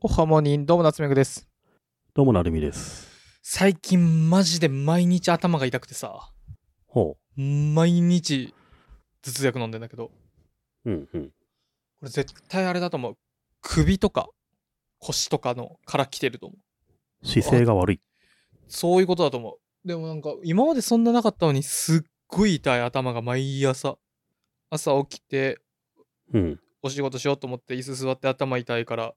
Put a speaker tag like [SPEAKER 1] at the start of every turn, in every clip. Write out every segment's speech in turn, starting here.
[SPEAKER 1] おはもにん、どうも、夏目くです。
[SPEAKER 2] どうもなるみです。
[SPEAKER 1] 最近、マジで毎日頭が痛くてさ、
[SPEAKER 2] ほ
[SPEAKER 1] 毎日、頭痛薬飲んでんだけど、
[SPEAKER 2] う。うんうん。
[SPEAKER 1] これ絶対あれだと思う。首とか、腰とかの、から来てると思う。
[SPEAKER 2] 姿勢が悪い。
[SPEAKER 1] そういうことだと思う。でもなんか、今までそんななかったのに、すっごい痛い頭が毎朝。朝起きて、
[SPEAKER 2] うん。
[SPEAKER 1] お仕事しようと思って、椅子座って頭痛いから、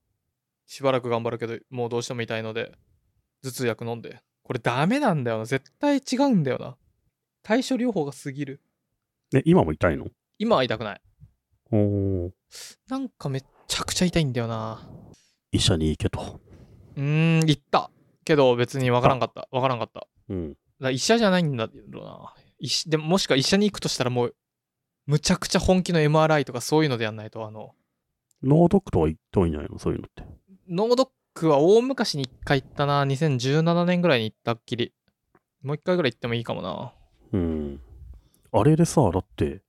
[SPEAKER 1] しばらく頑張るけど、もうどうしても痛いので、頭痛薬飲んで。これダメなんだよな。絶対違うんだよな。対処療法が過ぎる。
[SPEAKER 2] え、今も痛いの
[SPEAKER 1] 今は痛くない。
[SPEAKER 2] おー
[SPEAKER 1] なんかめっちゃくちゃ痛いんだよな。
[SPEAKER 2] 医者に行けと。
[SPEAKER 1] うーん、言った。けど別にわからんかった。わからんかった。だか
[SPEAKER 2] うん。
[SPEAKER 1] ら医者じゃないんだろうな。医師でももしくは医者に行くとしたらもう、むちゃくちゃ本気の MRI とかそういうのでやんないと、あの、
[SPEAKER 2] 脳ドックとは言っておいないのそういうのって。
[SPEAKER 1] ノードックは大昔に1回行ったな。2017年ぐらいに行ったっきり。もう1回ぐらい行ってもいいかもな。
[SPEAKER 2] うん。あれでさ、だって、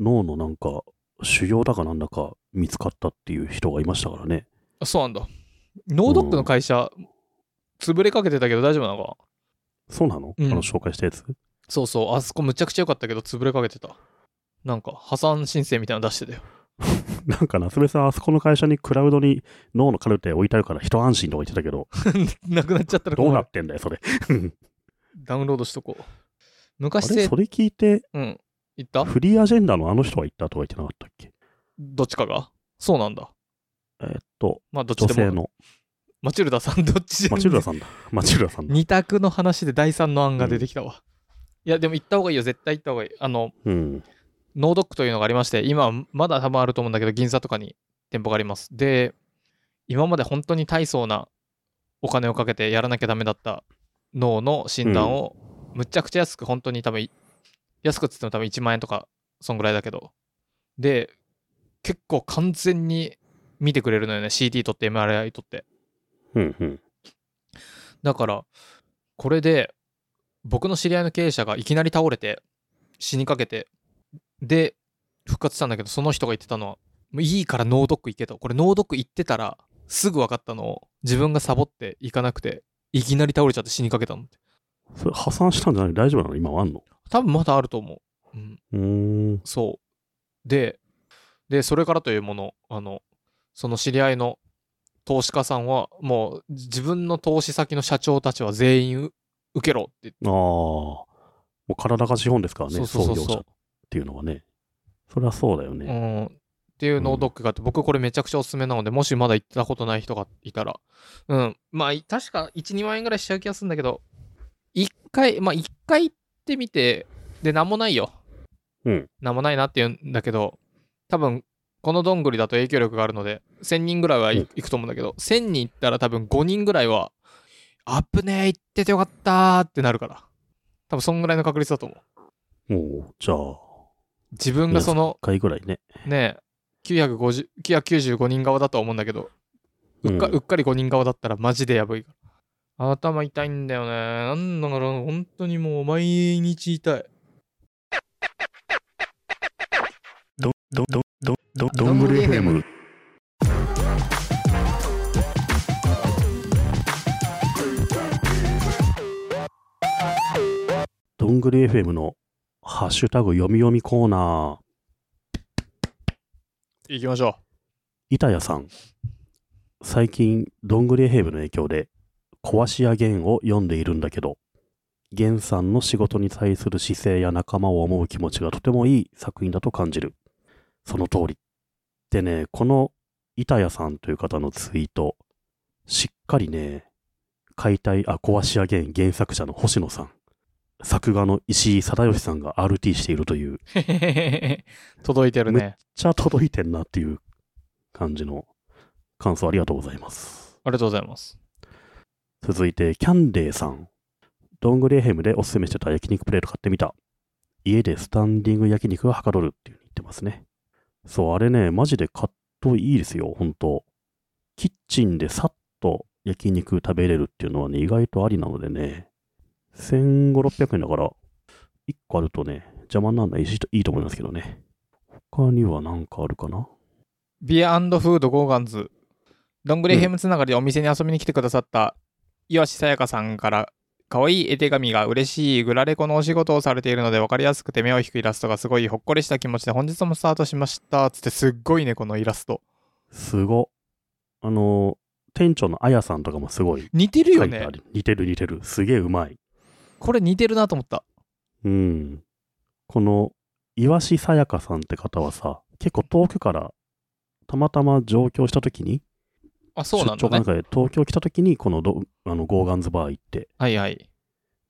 [SPEAKER 2] 脳のなんか、腫瘍だかなんだか見つかったっていう人がいましたからね。
[SPEAKER 1] あそうなんだ。ノードックの会社、潰れかけてたけど大丈夫なのか
[SPEAKER 2] そうなの、
[SPEAKER 1] うん
[SPEAKER 2] あの紹介したやつ
[SPEAKER 1] そうそう、あそこむちゃくちゃ良かったけど潰れかけてた。なんか破産申請みたいなの出してたよ。
[SPEAKER 2] なんか夏目さん、あそこの会社にクラウドに脳のカルテ置いてあるから一安心とか言ってたけど、
[SPEAKER 1] なくなっちゃったら
[SPEAKER 2] どう
[SPEAKER 1] 困
[SPEAKER 2] な
[SPEAKER 1] る
[SPEAKER 2] ってんだよ、 それ。
[SPEAKER 1] ダウンロードしとこう。
[SPEAKER 2] あ
[SPEAKER 1] 昔
[SPEAKER 2] れ
[SPEAKER 1] せ
[SPEAKER 2] そ、れ聞いて、
[SPEAKER 1] うん、行った
[SPEAKER 2] フリーアジェンダのあの人は言ったとか言ってなかったっけ
[SPEAKER 1] どっちかがそうなんだ。
[SPEAKER 2] えーっと、
[SPEAKER 1] まあどっち
[SPEAKER 2] 女
[SPEAKER 1] で
[SPEAKER 2] 性
[SPEAKER 1] も。
[SPEAKER 2] の。
[SPEAKER 1] マチルダさん、どっちでも。
[SPEAKER 2] マチルダさ んだ。マチルダさんだ。
[SPEAKER 1] 二択の話で第三の案が出てきたわ。いや、でも行った方がいいよ。絶対行った方がいい。あの、
[SPEAKER 2] うん。
[SPEAKER 1] ノードックというのがありまして、今はまだ多分あると思うんだけど、銀座とかに店舗があります。で、今まで本当に大層なお金をかけてやらなきゃダメだった脳の診断を、むちゃくちゃ安く、本当に多分い、安くっつっても多分1万円とか、そんぐらいだけど。で、結構完全に見てくれるのよね。CT 取って、MRI 取って。
[SPEAKER 2] うんうん。
[SPEAKER 1] だから、これで、僕の知り合いの経営者がいきなり倒れて、死にかけて、で、復活したんだけど、その人が言ってたのは、もういいからノードック行けと。これノードック行ってたら、すぐ分かったのを、自分がサボって行かなくて、いきなり倒れちゃって死にかけたのって。
[SPEAKER 2] それ破産したんじゃない大丈夫なの今はあんの
[SPEAKER 1] 多分まだあると思う。うん、
[SPEAKER 2] うーん。
[SPEAKER 1] そう。で、で、それからというもの、あの、その知り合いの投資家さんは、もう自分の投資先の社長たちは全員う受けろって
[SPEAKER 2] ああ。もう体が資本ですからね、
[SPEAKER 1] そうそうそうそう
[SPEAKER 2] 創業者っていうのはね。そりゃそうだよ
[SPEAKER 1] う
[SPEAKER 2] ね。
[SPEAKER 1] ん、っていうノードックがあって、僕これめちゃくちゃおすすめなので、もしまだ行ったことない人がいたら、うん、まあい確か1、2万円ぐらいしちゃう気がするんだけど、1回、まあ1回行ってみて、で、なんもないよ。
[SPEAKER 2] うん。
[SPEAKER 1] なんもないなって言うんだけど、多分このどんぐりだと影響力があるので、1000人ぐらいはい
[SPEAKER 2] うん
[SPEAKER 1] 行くと思うんだけど、1000人行ったら多分5人ぐらいは、あっぶねえ、行っててよかったーってなるから。多分そんぐらいの確率だと思う。
[SPEAKER 2] もう、じゃあ、1
[SPEAKER 1] 自分がその、
[SPEAKER 2] 回ぐらいね。
[SPEAKER 1] ねえ950 995人側だとは思うんだけど、
[SPEAKER 2] う
[SPEAKER 1] うんっかうっかり5人側だったらマジでやばいから頭痛いんだよねなんだから本当にもう毎日痛い
[SPEAKER 2] ど、ど、ど、ど、ど、
[SPEAKER 1] どんぐり FM。
[SPEAKER 2] どんぐり FM のハッシュタグ読み読みコーナー。
[SPEAKER 1] 行きましょ
[SPEAKER 2] 板谷さん、最近、どんぐりヘイブの影響で、壊し屋源を読んでいるんだけど、源さんの仕事に対する姿勢や仲間を思う気持ちがとてもいい作品だと感じる。その通り。でね、この板谷さんという方のツイート、しっかりね、解体、あ、壊し屋源原作者の星野さん、作画の石井貞義さんが RT しているという、
[SPEAKER 1] う 届いてるね
[SPEAKER 2] めっちゃ届いてんなっていう感じの感想ありがとうございます。
[SPEAKER 1] ありがとうございます
[SPEAKER 2] 続いて、キャンデーさん。どんぐりヘムでおすすめしてた焼肉プレート買ってみた。家でスタンディング焼肉がはかどるっていうふうに言ってますね。そう、あれね、マジで買っといいですよ、本当キッチンでさっと焼肉食べれるっていうのはね、意外とありなのでね、1500、600円だから、1個あるとね、邪魔にならないし、いいと思いますけどね。他には何かあるかな
[SPEAKER 1] ビアフードゴーガンズどんぐり FM つながりでお店に遊びに来てくださった岩志さやかさんから可愛い絵手紙が嬉しいグラレコのお仕事をされているので分かりやすくて目を引くイラストがすごいほっこりした気持ちで本日もスタートしましたつってすっごいねこのイラスト
[SPEAKER 2] すご。あの、店長のあやさんとかもすごい。
[SPEAKER 1] 似てるよ
[SPEAKER 2] 書いて
[SPEAKER 1] ね
[SPEAKER 2] ある似てる似てる。すげえうまい。
[SPEAKER 1] これ似てるなと思った
[SPEAKER 2] うん。この、岩志さやかさんって方はさ、結構遠くから、たまたま上京した時に、
[SPEAKER 1] あそうなん
[SPEAKER 2] 出張
[SPEAKER 1] だ
[SPEAKER 2] かなん
[SPEAKER 1] ね
[SPEAKER 2] かで東京来た時に、このどあのゴーガンズバー行って、
[SPEAKER 1] はいはい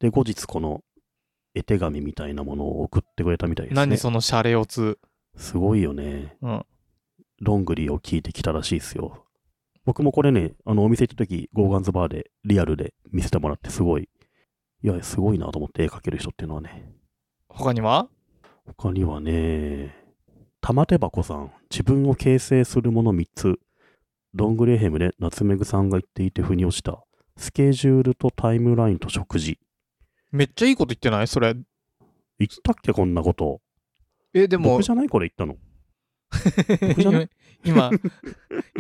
[SPEAKER 2] で、後日この絵手紙みたいなものを送ってくれたみたいですね。
[SPEAKER 1] 何そのシャレオツ
[SPEAKER 2] すごいよね。
[SPEAKER 1] うん
[SPEAKER 2] どんぐりを聞いてきたらしいですよ。僕もこれね、あのお店行った時、ゴーガンズバーでリアルで見せてもらってすごい、いや、すごいなと思って絵描ける人っていうのはね。
[SPEAKER 1] 他には
[SPEAKER 2] 他にはね、玉手箱さん、自分を形成するもの3つ。ドングレーヘムで夏目ぐさんが言っていて腑に落ちた。スケジュールとタイムラインと食事。
[SPEAKER 1] めっちゃいいこと言ってないそれ
[SPEAKER 2] 言ったっけこんなこと。
[SPEAKER 1] えでも
[SPEAKER 2] 僕じゃないこれ言ったの。僕じゃな
[SPEAKER 1] 今今今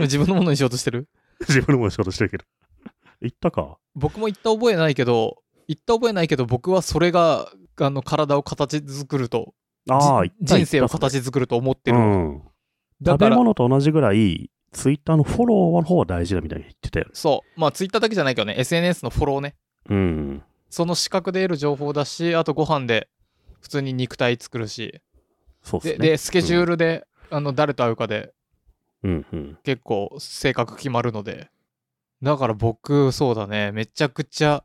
[SPEAKER 1] 自分のものにしようとしてる
[SPEAKER 2] 自分のも仕事してるけど。 言ったか。
[SPEAKER 1] 僕も言った覚えないけど言った覚えないけど僕はそれがあの体を形作ると
[SPEAKER 2] ああ、
[SPEAKER 1] じ
[SPEAKER 2] 言った
[SPEAKER 1] 人生を
[SPEAKER 2] 言った
[SPEAKER 1] 形作ると思って
[SPEAKER 2] う
[SPEAKER 1] る、
[SPEAKER 2] ん。
[SPEAKER 1] だ
[SPEAKER 2] 食
[SPEAKER 1] か
[SPEAKER 2] べ
[SPEAKER 1] ら
[SPEAKER 2] 物と同じぐらい、ツイッターのフォロワーの方は大事だみたいに言ってたよね。
[SPEAKER 1] そうまあツイッターだけじゃないけどね SNS のフォローね
[SPEAKER 2] うん。
[SPEAKER 1] その視覚で得る情報だしあとご飯で普通に肉体作るし
[SPEAKER 2] そうで
[SPEAKER 1] です
[SPEAKER 2] ね。
[SPEAKER 1] でスケジュールで、あの誰と会うかで
[SPEAKER 2] うんうん。
[SPEAKER 1] 結構性格決まるのでだから僕そうだねめちゃくちゃ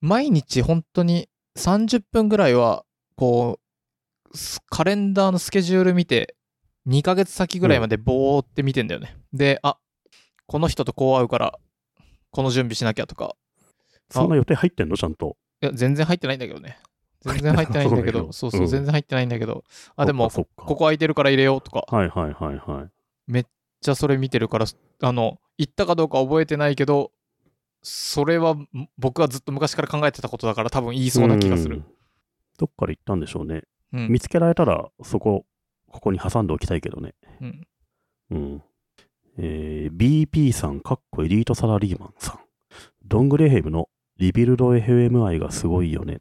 [SPEAKER 1] 毎日本当に30分ぐらいはこうスカレンダーのスケジュール見て2ヶ月先ぐらいまでボーって見てんだよね、であこの人とこう会うからこの準備しなきゃとか
[SPEAKER 2] そんな予定入ってんのちゃんと。
[SPEAKER 1] いや全然入ってないんだけどね全然入ってないんだけどそ
[SPEAKER 2] そ
[SPEAKER 1] ううそ
[SPEAKER 2] だよ
[SPEAKER 1] う、
[SPEAKER 2] うん
[SPEAKER 1] 全然入ってないんだけどあでも
[SPEAKER 2] そっか。
[SPEAKER 1] ここ空いてるから入れようとか
[SPEAKER 2] はいはいはいはい。
[SPEAKER 1] じゃあそれ見てるからあの行ったかどうか覚えてないけどそれはん僕はずっと昔から考えてたことだから多分言いそうな気がす
[SPEAKER 2] う
[SPEAKER 1] る
[SPEAKER 2] ん。どっから行ったんでしょうね。
[SPEAKER 1] うん、
[SPEAKER 2] 見つけられたら、そこ、ここに挟んでおきたいけどね。
[SPEAKER 1] うん
[SPEAKER 2] うん。えー BP さん、かっこエリートサラリーマンさん。ドングレヘムのリビルド FM 愛がすごいよね。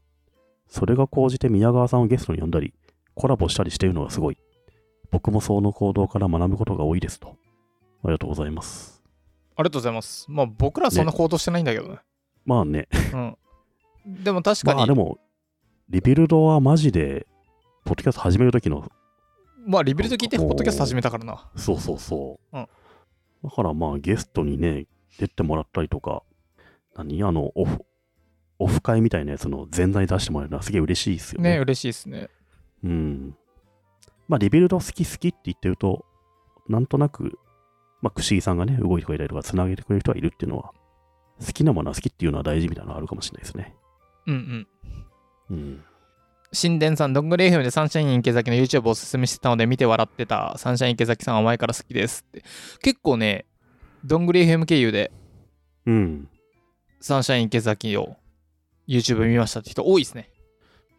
[SPEAKER 2] それが高じて宮川さんをゲストに呼んだり、コラボしたりしているのがすごい。僕もその行動から学ぶことが多いですと。ありがとうございます。
[SPEAKER 1] ありがとうございますまあ僕らはそんな行動してないんだけどね
[SPEAKER 2] まあね、
[SPEAKER 1] うん、でも確か
[SPEAKER 2] ま
[SPEAKER 1] に、
[SPEAKER 2] あでも、リビルドはマジで、ポッドキャスト始めるときの
[SPEAKER 1] まあリビルド聞いてポッドキャスト始めたからな
[SPEAKER 2] そうそうそう。
[SPEAKER 1] うん
[SPEAKER 2] だからまあゲストにね、出てもらったりとか、何あの、オフ、オフ会みたいなやつの前座に出してもらえるのはすげえ嬉しいですよね。
[SPEAKER 1] ね嬉しいですね
[SPEAKER 2] うん。まあリビルド好き好きって言ってると、なんとなく、まあ、串木さんがね、動いてくれたりとか、つなげてくれる人はいるっていうのは、好きなものは好きっていうのは大事みたいなのはあるかもしれないですね。
[SPEAKER 1] うんうん
[SPEAKER 2] うん。
[SPEAKER 1] 神殿さん、どんぐり FM でサンシャイン池崎の YouTube をおすすめしてたので見て笑ってた。サンシャイン池崎さんは前から好きですって。結構ね、どんぐり FM 経由で
[SPEAKER 2] うん。
[SPEAKER 1] サンシャイン池崎を YouTube 見ましたって人多いですね。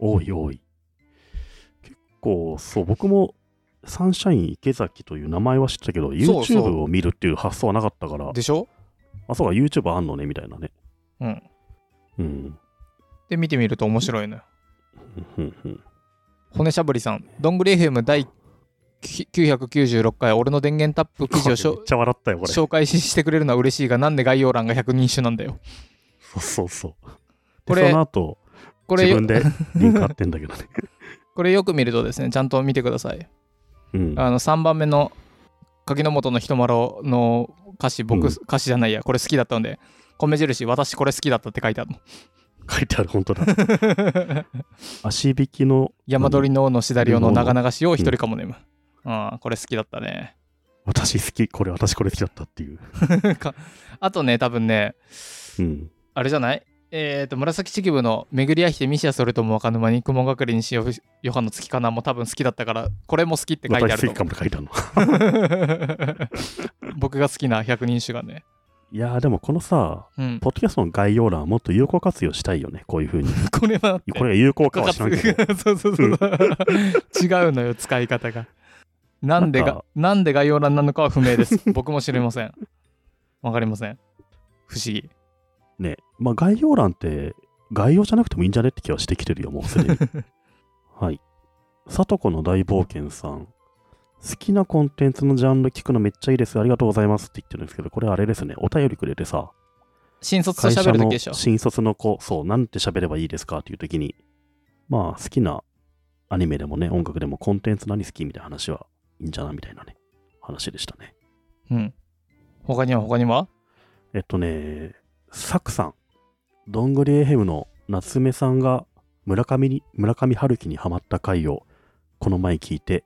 [SPEAKER 2] 多い多い。結構、そう、僕もサンシャイン池崎という名前は知ってたけど、
[SPEAKER 1] そうそう
[SPEAKER 2] YouTube を見るっていう発想はなかったから、
[SPEAKER 1] でしょ
[SPEAKER 2] あ、そうか、YouTube あんのね、みたいなね。
[SPEAKER 1] うん。
[SPEAKER 2] うん。
[SPEAKER 1] で、見てみると面白いのよ。
[SPEAKER 2] うんうん
[SPEAKER 1] 骨しゃぶりさん、どんぐり FM 第996回、俺の電源タップ記事をし
[SPEAKER 2] これめ
[SPEAKER 1] ょ
[SPEAKER 2] っちゃ笑ったよ、これ。そ
[SPEAKER 1] 紹介ししてくれるのは嬉しいが、なんで概要欄が100人種なんだよ。
[SPEAKER 2] うそうそう。
[SPEAKER 1] こ
[SPEAKER 2] こ
[SPEAKER 1] れ
[SPEAKER 2] れ、その後、
[SPEAKER 1] こ
[SPEAKER 2] 自
[SPEAKER 1] れよ
[SPEAKER 2] 分、でリンク貼ってんだけどね。
[SPEAKER 1] これよく見るとですね、ちゃんと見てください。
[SPEAKER 2] うん。
[SPEAKER 1] あの3番目の柿の本のひとまろの歌詞僕、
[SPEAKER 2] うん
[SPEAKER 1] 歌詞じゃないやこれ好きだったので米印私これ好きだったって書いてある
[SPEAKER 2] 書いてある、本当だ。
[SPEAKER 1] の
[SPEAKER 2] 足引きの、
[SPEAKER 1] 山鳥の王のしだりおの長々しよう
[SPEAKER 2] うん
[SPEAKER 1] 一人かもねむ、ああこれ好きだったね
[SPEAKER 2] 私好き、これ、私これ好きだったっていう。
[SPEAKER 1] かあとね多分ね
[SPEAKER 2] うん。
[SPEAKER 1] あれじゃないえっ、と紫式部の「巡り合いしてミシアそれとも若沼に雲隠れにしようヨハの月かな」も多分好きだったからこれも好きって書いてあ
[SPEAKER 2] 私
[SPEAKER 1] る
[SPEAKER 2] 好きかもって書いてあるの。
[SPEAKER 1] と 僕が好きな百人種がね
[SPEAKER 2] いやー、でもこのさ、
[SPEAKER 1] うん
[SPEAKER 2] ポッドキャストの概要欄はもっと有効活用したいよね、こういうふうに。
[SPEAKER 1] これはだって
[SPEAKER 2] これが有効かは知らんけど。
[SPEAKER 1] そうそうそうそう。違うのよ、使い方が。なんで
[SPEAKER 2] なんか
[SPEAKER 1] が、なんで概要欄なのかは不明です。僕も知りません。わかりません。不思議。
[SPEAKER 2] ね、まあ概要欄って概要じゃなくてもいいんじゃねって気はしてきてるよ、もうすでに。 はい。さとこの大冒険さん。好きなコンテンツのジャンル聞くのめっちゃいいです。ありがとうございますって言ってるんですけど、これあれですね。お便りくれてさ、
[SPEAKER 1] 新卒と
[SPEAKER 2] 会
[SPEAKER 1] 喋
[SPEAKER 2] 社
[SPEAKER 1] る時
[SPEAKER 2] の
[SPEAKER 1] でしょ。
[SPEAKER 2] 新卒の子、そう、なんて喋ればいいですかっていう時に、まあ好きなアニメでもね、音楽でもコンテンツ何好きみたいな話はいいんじゃないみたいなね、話でしたね。
[SPEAKER 1] うん。他には他には
[SPEAKER 2] えっとね、サクさん、どんぐりエヘムの夏目さんが村上に村上春樹にハマった回をこの前聞いて、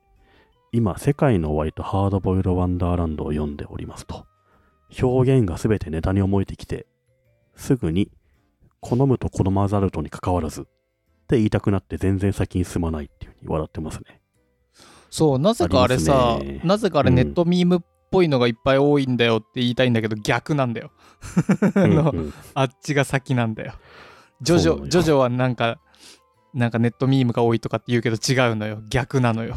[SPEAKER 2] 今、世界の終わりとハードボイルドワンダーランドを読んでおりますと。表現がすべてネタに思えてきて、すぐに、好むと好まざるとに関わらず、って言いたくなって全然先に進まないっていうふうに笑ってますね。
[SPEAKER 1] そう、なぜかあれさ
[SPEAKER 2] ありますね
[SPEAKER 1] なぜかあれ
[SPEAKER 2] うん
[SPEAKER 1] ネットミームっぽいのがいっぱい多いんだよって言いたいんだけど、逆なんだよ。 あの
[SPEAKER 2] うんうん
[SPEAKER 1] あっちが先なんだよ。ジョジ
[SPEAKER 2] そうな
[SPEAKER 1] ョ、
[SPEAKER 2] のよ
[SPEAKER 1] ジョジョはなんか、なんかネットミームが多いとかって言うけど違うのよ。逆なのよ。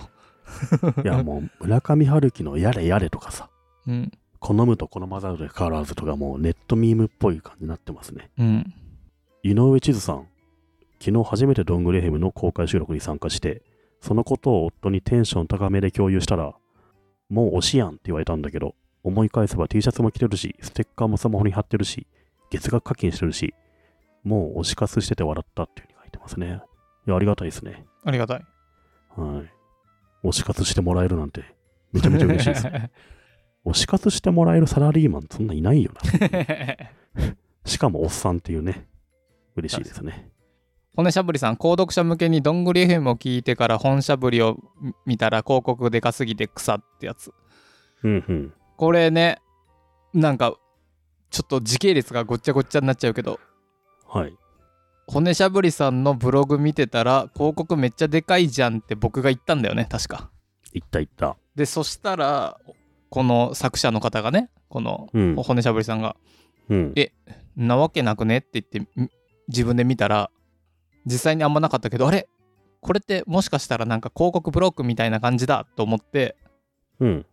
[SPEAKER 2] いや、もう、村上春樹のやれやれとかさ、
[SPEAKER 1] うん。
[SPEAKER 2] 好むと好まざるで変わらずとかもうネットミームっぽい感じになってますね。
[SPEAKER 1] うん。
[SPEAKER 2] 井上千鶴さん、昨日初めてドングレヘムの公開収録に参加して、そのことを夫にテンション高めで共有したら、もう推しやんって言われたんだけど、思い返せば T シャツも着てるし、ステッカーもスマホに貼ってるし、月額課金してるし、もう推し活してて笑ったっていうふうに書いてますね。いや、ありがたいですね。
[SPEAKER 1] ありがたい。
[SPEAKER 2] はい。推し活してもらえるなんて、めちゃめちゃ嬉しい です。推し活してもらえるサラリーマンそんないないよな。しかもおっさんっていうね、嬉しいですね。
[SPEAKER 1] 骨しゃぶりさん、購読者向けにどんぐり FM を聞いてから本しゃぶりを見たら広告でかすぎて腐ってやつ。
[SPEAKER 2] うんうん。
[SPEAKER 1] これね、なんか、ちょっと時系列がごっちゃごっちゃになっちゃうけど、
[SPEAKER 2] はい。
[SPEAKER 1] 骨しゃぶりさんのブログ見てたら広告めっちゃでかいじゃんって僕が言ったんだよね、確か。
[SPEAKER 2] いったいった。
[SPEAKER 1] で、そしたら、この作者の方がね、この
[SPEAKER 2] うん。
[SPEAKER 1] 骨しゃぶりさんが、
[SPEAKER 2] うん
[SPEAKER 1] えんなわけなくねって言ってん自分で見たら実際にあんまなかったけどあれこれってもしかしたらなんか広告ブロックみたいな感じだと思って
[SPEAKER 2] うん。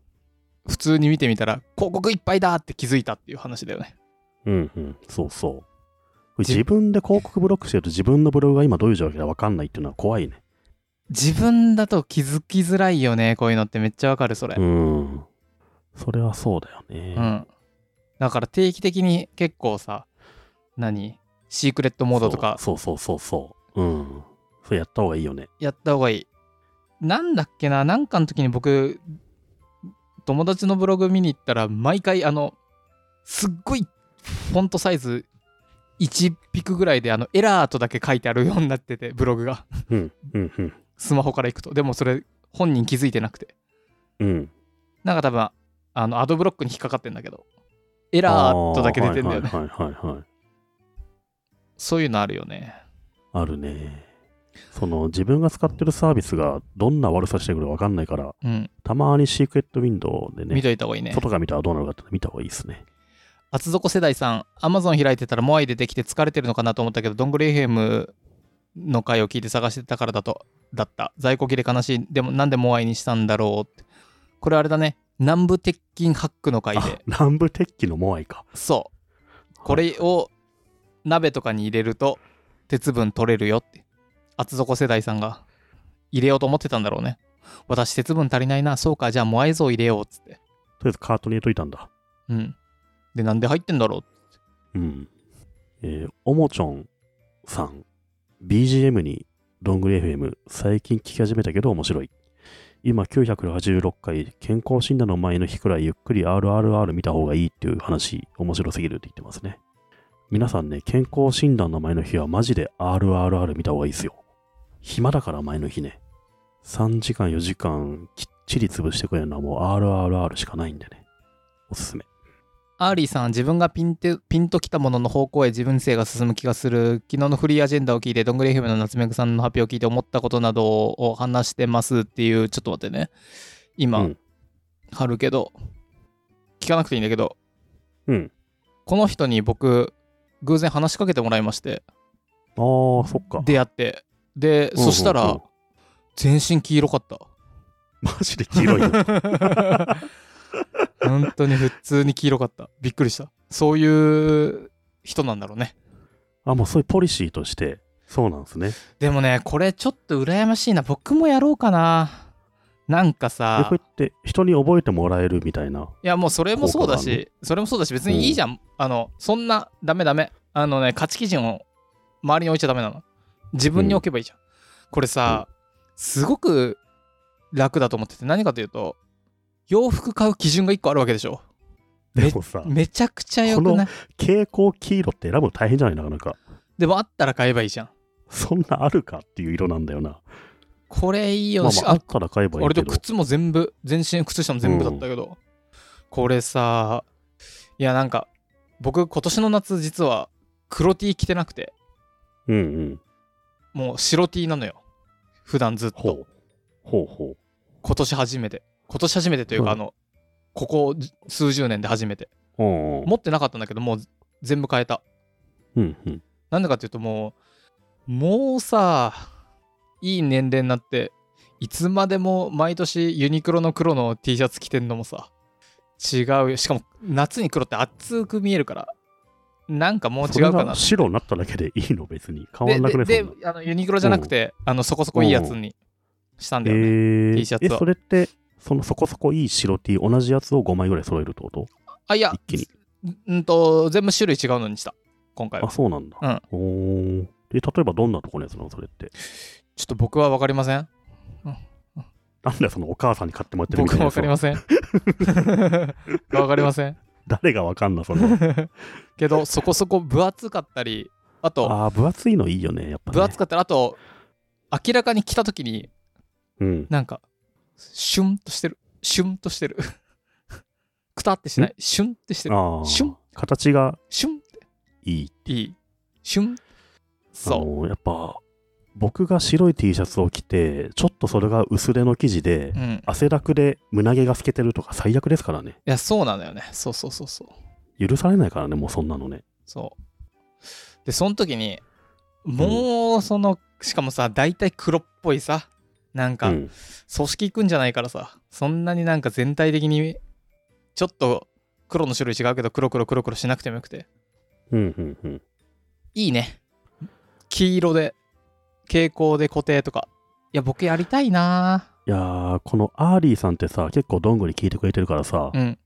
[SPEAKER 1] 普通に見てみたら広告いっぱいだって気づいたっていう話だよね
[SPEAKER 2] うんうん。そうそう。これ
[SPEAKER 1] じ
[SPEAKER 2] 自分で広告ブロックしてると自分のブログが今どういう状況か分かんないっていうのは怖いね。
[SPEAKER 1] 自分だと気づきづらいよねこういうのってめっちゃわかるそれ
[SPEAKER 2] うん。それはそうだよ
[SPEAKER 1] う
[SPEAKER 2] ね。
[SPEAKER 1] んだから定期的に結構さ何シークレットモードとか
[SPEAKER 2] そうそうそうそうそう。うん。そうやった方がいいよね。
[SPEAKER 1] やった方がいい。なんだっけな、なんかの時に僕、友達のブログ見に行ったら、毎回、あの、すっごいフォントサイズ1ピクぐらいで、あの、エラーとだけ書いてあるようになってて、ブログが。
[SPEAKER 2] うん。うんうん。
[SPEAKER 1] スマホから行くと。でもそれ、本人気づいてなくて。
[SPEAKER 2] うん。
[SPEAKER 1] なんか多分、あの、アドブロックに引っかかってんだけど、エラーとだけ出てんだよね。
[SPEAKER 2] あーはいはいはいはい、はい。
[SPEAKER 1] そういうのあるよね。
[SPEAKER 2] あるね。その自分が使ってるサービスがどんな悪さしてくるか分かんないから、
[SPEAKER 1] うん。
[SPEAKER 2] たまにシークレットウィンドウでね
[SPEAKER 1] 見、といた方がいいね。
[SPEAKER 2] 外が見たらどうなるかって見た方がいいですね。
[SPEAKER 1] 厚底世代さん、アマゾン開いてたらモアイ出てきて疲れてるのかなと思ったけど、どんぐり FM の回を聞いて探してたからだと、だった。在庫切れ悲しい。でも、なんでモアイにしたんだろうって。これあれだね。南部鉄筋ハックの回
[SPEAKER 2] あ
[SPEAKER 1] で。
[SPEAKER 2] 南部鉄器のモアイか。
[SPEAKER 1] そう。これを鍋とかに入れると、鉄分取れるよって。厚底世代さんが入れようと思ってたんだろうね。私、鉄分足りないな。そうか。じゃあ、モアイ像入れようっつって。
[SPEAKER 2] とりあえずカートに入れといたんだ。
[SPEAKER 1] うん。で、なんで入ってんだろう
[SPEAKER 2] うん。えー、おもちょんさん、BGM にロングリ FM、最近聞き始めたけど面白い。今986回、健康診断の前の日くらいゆっくり RRR 見た方がいいっていう話、面白すぎるって言ってますね。皆さんね、健康診断の前の日はマジで RRR 見た方がいいですよ。暇だから前の日ね。3時間4時間きっちり潰してくれるのはもう RRR しかないんでね。おすすめ。
[SPEAKER 1] アーリーさん、自分がピンてピンときたものの方向へ自分性が進む気がする。昨日のフリーアジェンダを聞いて、どんぐり FM の夏目くさんの発表を聞いて思ったことなどを話してますっていう、ちょっと待ってね。今、
[SPEAKER 2] うん
[SPEAKER 1] 貼るけど、聞かなくていいんだけど、
[SPEAKER 2] うん。
[SPEAKER 1] この人に僕、偶然話しかけてもらいまして、
[SPEAKER 2] あー、そっか。
[SPEAKER 1] 出会って。で、そした
[SPEAKER 2] うんうん
[SPEAKER 1] ら
[SPEAKER 2] うん、
[SPEAKER 1] 全身黄色かった。
[SPEAKER 2] マジで黄色いよ。
[SPEAKER 1] 本当に普通に黄色かった。びっくりした。そういう人なんだろうね。
[SPEAKER 2] あ、もうそういうポリシーとして、そうなんですね。
[SPEAKER 1] でもね、これちょっと羨ましいな。僕もやろうかな。なんか
[SPEAKER 2] で
[SPEAKER 1] さ
[SPEAKER 2] こう、やって人に覚えてもらえるみたいな。
[SPEAKER 1] いやもうそれもそうだ
[SPEAKER 2] 効果があ
[SPEAKER 1] し、それもそうだし、別にいいじゃん。あの、そんな、ダメダメ。あのね、価値基準を周りに置いちゃダメなの。自分に置けばいいじゃん。これさ、すごく楽だと思ってて、何かというと、洋服買う基準が1個あるわけでしょ。
[SPEAKER 2] でもさ、
[SPEAKER 1] めちゃくちゃよくない
[SPEAKER 2] 蛍光黄色って選ぶの大変じゃないなかなか。
[SPEAKER 1] でもあったら買えばいいじゃん。
[SPEAKER 2] そんなあるかっていう色なんだよな。
[SPEAKER 1] これいいよ、
[SPEAKER 2] まあ、
[SPEAKER 1] し
[SPEAKER 2] まあ、あったら買えばいい
[SPEAKER 1] 俺
[SPEAKER 2] け
[SPEAKER 1] と
[SPEAKER 2] ど。
[SPEAKER 1] 靴も全部全身靴下も全部だったけど、これさいやなんか僕今年の夏実は黒 T 着てなくて
[SPEAKER 2] うんうん。
[SPEAKER 1] もう白 T なのよ普段ずっと
[SPEAKER 2] ほう。ほうほ
[SPEAKER 1] 今年初めて今年初めてというか、
[SPEAKER 2] うん
[SPEAKER 1] あのここ数十年で初めて
[SPEAKER 2] う。うんうん。
[SPEAKER 1] 持ってなかったんだけどもう全部変えた
[SPEAKER 2] うんうん。
[SPEAKER 1] なんでかっていうともうもうさいい年齢になっていつまでも毎年ユニクロの黒の T シャツ着てんのもさ違うよしかも夏に黒って熱く見えるからなんかもう
[SPEAKER 2] そ
[SPEAKER 1] 違
[SPEAKER 2] れ
[SPEAKER 1] うか
[SPEAKER 2] が
[SPEAKER 1] な
[SPEAKER 2] 白になっただけでいいの別に変わんなくね
[SPEAKER 1] で
[SPEAKER 2] そん
[SPEAKER 1] で
[SPEAKER 2] な
[SPEAKER 1] であのユニクロじゃなくて、あのそこそこいいやつにしたんだよね、
[SPEAKER 2] えー
[SPEAKER 1] T シャツは
[SPEAKER 2] えそれってそのそこそこいい白 T 同じやつを5枚ぐらい揃えるってこと
[SPEAKER 1] あいや
[SPEAKER 2] 一気に
[SPEAKER 1] うんと全部種類違うのにした今回
[SPEAKER 2] あ
[SPEAKER 1] は
[SPEAKER 2] そうなんだ、おおで例えばどんなとこのやつなのそれって
[SPEAKER 1] ちょっと僕は分かりません
[SPEAKER 2] なんだよそのお母さんに買ってもらってるみた
[SPEAKER 1] 僕
[SPEAKER 2] いな
[SPEAKER 1] は分
[SPEAKER 2] やつ
[SPEAKER 1] かりませ ん分かりません
[SPEAKER 2] 誰がわかんな その
[SPEAKER 1] けどそこそこ分厚かったりあと
[SPEAKER 2] あー分厚いのいいよねやっぱ、ね、
[SPEAKER 1] 分厚かったりあと明らかに着た時に
[SPEAKER 2] うん
[SPEAKER 1] なんかシュンとしてるシュンとしてる くたってしないシュンってしてる
[SPEAKER 2] ああ
[SPEAKER 1] シュン
[SPEAKER 2] 形が
[SPEAKER 1] シュンっ
[SPEAKER 2] いい
[SPEAKER 1] ていいシュン
[SPEAKER 2] あ
[SPEAKER 1] そ
[SPEAKER 2] のやっぱ僕が白い T シャツを着てちょっとそれが薄手の生地で、
[SPEAKER 1] う、うん、い
[SPEAKER 2] 汗だくで胸毛が透けてるとか最悪ですからね
[SPEAKER 1] やそうなのよねそうそうそうそう
[SPEAKER 2] 許されないからねもうそんなのね
[SPEAKER 1] そうでその時にもうそのしかもさ大体黒っぽいさなんか、
[SPEAKER 2] うん、
[SPEAKER 1] 組織行くんじゃないからさそんなになんか全体的にちょっと黒の種類違うけど黒黒黒黒しなくてもよくて
[SPEAKER 2] うんうんうん
[SPEAKER 1] いいね黄色で蛍光で固定とかいや僕やりたいない
[SPEAKER 2] やーこのアーリーさんってさ結構どんぐり聞いてくれてるからさ、
[SPEAKER 1] うん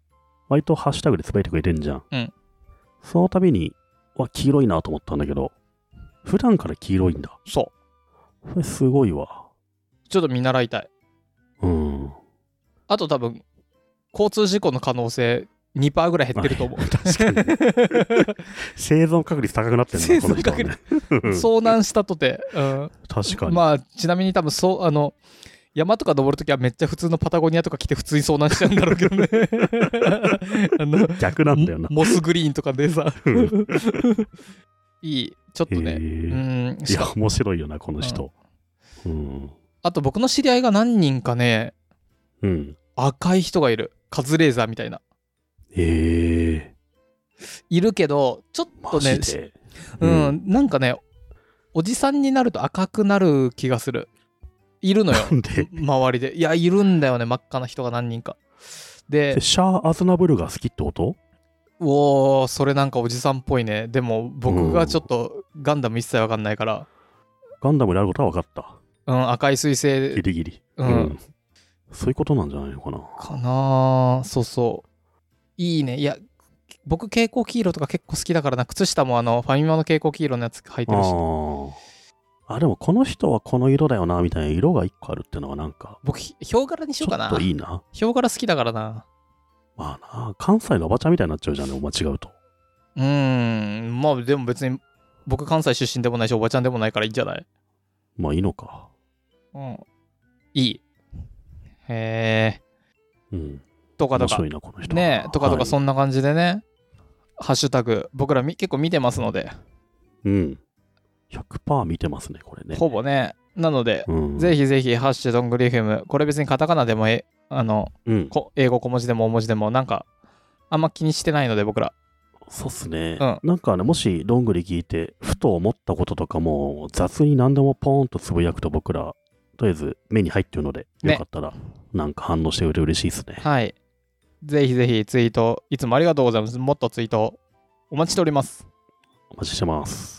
[SPEAKER 2] 割とハッシュタグでつぶやいてくれてんじゃん、
[SPEAKER 1] うん
[SPEAKER 2] その度にわ黄色いなと思ったんだけど普段から黄色いんだ
[SPEAKER 1] そ
[SPEAKER 2] それすごいわ
[SPEAKER 1] うちょっと見習いたい
[SPEAKER 2] うん
[SPEAKER 1] あと多分交通事故の可能性2%ぐらい減ってると思う
[SPEAKER 2] 確かに生存確率高くなってん
[SPEAKER 1] 生存
[SPEAKER 2] だこの人はね
[SPEAKER 1] 遭難したとて、うん、
[SPEAKER 2] 確かに、
[SPEAKER 1] まあちなみに多分そうあの山とか登るときはめっちゃ普通のパタゴニアとか来て普通に遭難しちゃうんだろうけどねあの
[SPEAKER 2] 逆 なんだよな
[SPEAKER 1] モモスグリーンとかでさ
[SPEAKER 2] う
[SPEAKER 1] いいちょっと
[SPEAKER 2] へ
[SPEAKER 1] ねう
[SPEAKER 2] ー
[SPEAKER 1] ん
[SPEAKER 2] い
[SPEAKER 1] しか
[SPEAKER 2] や面白いよなこの人うん
[SPEAKER 1] あと僕の知り合いが何人かね
[SPEAKER 2] うん
[SPEAKER 1] 赤い人がいるカズレーザーみたいな
[SPEAKER 2] へえ
[SPEAKER 1] いるけどちょっ
[SPEAKER 2] マ
[SPEAKER 1] とね
[SPEAKER 2] ジで
[SPEAKER 1] うん、なんかねおじさんになると赤くなる気がす るいるのよ
[SPEAKER 2] なんで
[SPEAKER 1] 周りでいやいるんだよね真っ赤な人が何人か で
[SPEAKER 2] でシャア・アズナブルが好きってこと
[SPEAKER 1] おおそれなんかおじさんっぽいねでも僕がちょっとガンダム一切わかんないから、
[SPEAKER 2] ガンダムであることは分かった。
[SPEAKER 1] うん赤い彗
[SPEAKER 2] ギ
[SPEAKER 1] 星
[SPEAKER 2] リギリ。
[SPEAKER 1] うん
[SPEAKER 2] そういうことなんじゃないのかな。
[SPEAKER 1] かなあそうそういいねいや僕蛍光黄色とか結構好きだからな靴下もあのファミマの蛍光黄色のやつ履いてるし
[SPEAKER 2] ああ。あ、でもこの人はこの色だよな、みたいな色が一個あるってのはなんか、
[SPEAKER 1] 僕ヒョウ柄にし
[SPEAKER 2] ちょ
[SPEAKER 1] ようかな
[SPEAKER 2] っといいな。
[SPEAKER 1] ヒョウ柄好きだからな
[SPEAKER 2] まあな、関西のおばちゃんみたいになっちゃうじゃん、ね、お間違うと。
[SPEAKER 1] うーんまあでも別に僕関西出身でもないしおばちゃんでもないからいいんじゃない
[SPEAKER 2] まあいいのか。
[SPEAKER 1] うんいいへえ
[SPEAKER 2] うん。
[SPEAKER 1] とか
[SPEAKER 2] 面
[SPEAKER 1] とか
[SPEAKER 2] 白いな、この人。
[SPEAKER 1] ねえとかと
[SPEAKER 2] は
[SPEAKER 1] か
[SPEAKER 2] い
[SPEAKER 1] そんな感じでね、ハッシュタグ僕らみ結構見てますので、
[SPEAKER 2] うん。100%見てますね、これね。
[SPEAKER 1] ほぼねなので、
[SPEAKER 2] うん、
[SPEAKER 1] ぜひぜひ「ハッシュドングリフム」これ別にカタカナでもえあの
[SPEAKER 2] うん、
[SPEAKER 1] こ英語小文字でも大文字でもなんかあんま気にしてないので僕ら
[SPEAKER 2] そうっすね、
[SPEAKER 1] うん
[SPEAKER 2] なんかねもしどんぐり聞いてふと思ったこととかも雑に何でもポーンとつぶやくと僕らとりあえず目に入ってるので
[SPEAKER 1] ね
[SPEAKER 2] よかったらなんか反応してくれて嬉しいですね
[SPEAKER 1] はいぜひぜひツイート、いつもありがとうございます。もっとツイート、お待ちしております。
[SPEAKER 2] お待ちしてます。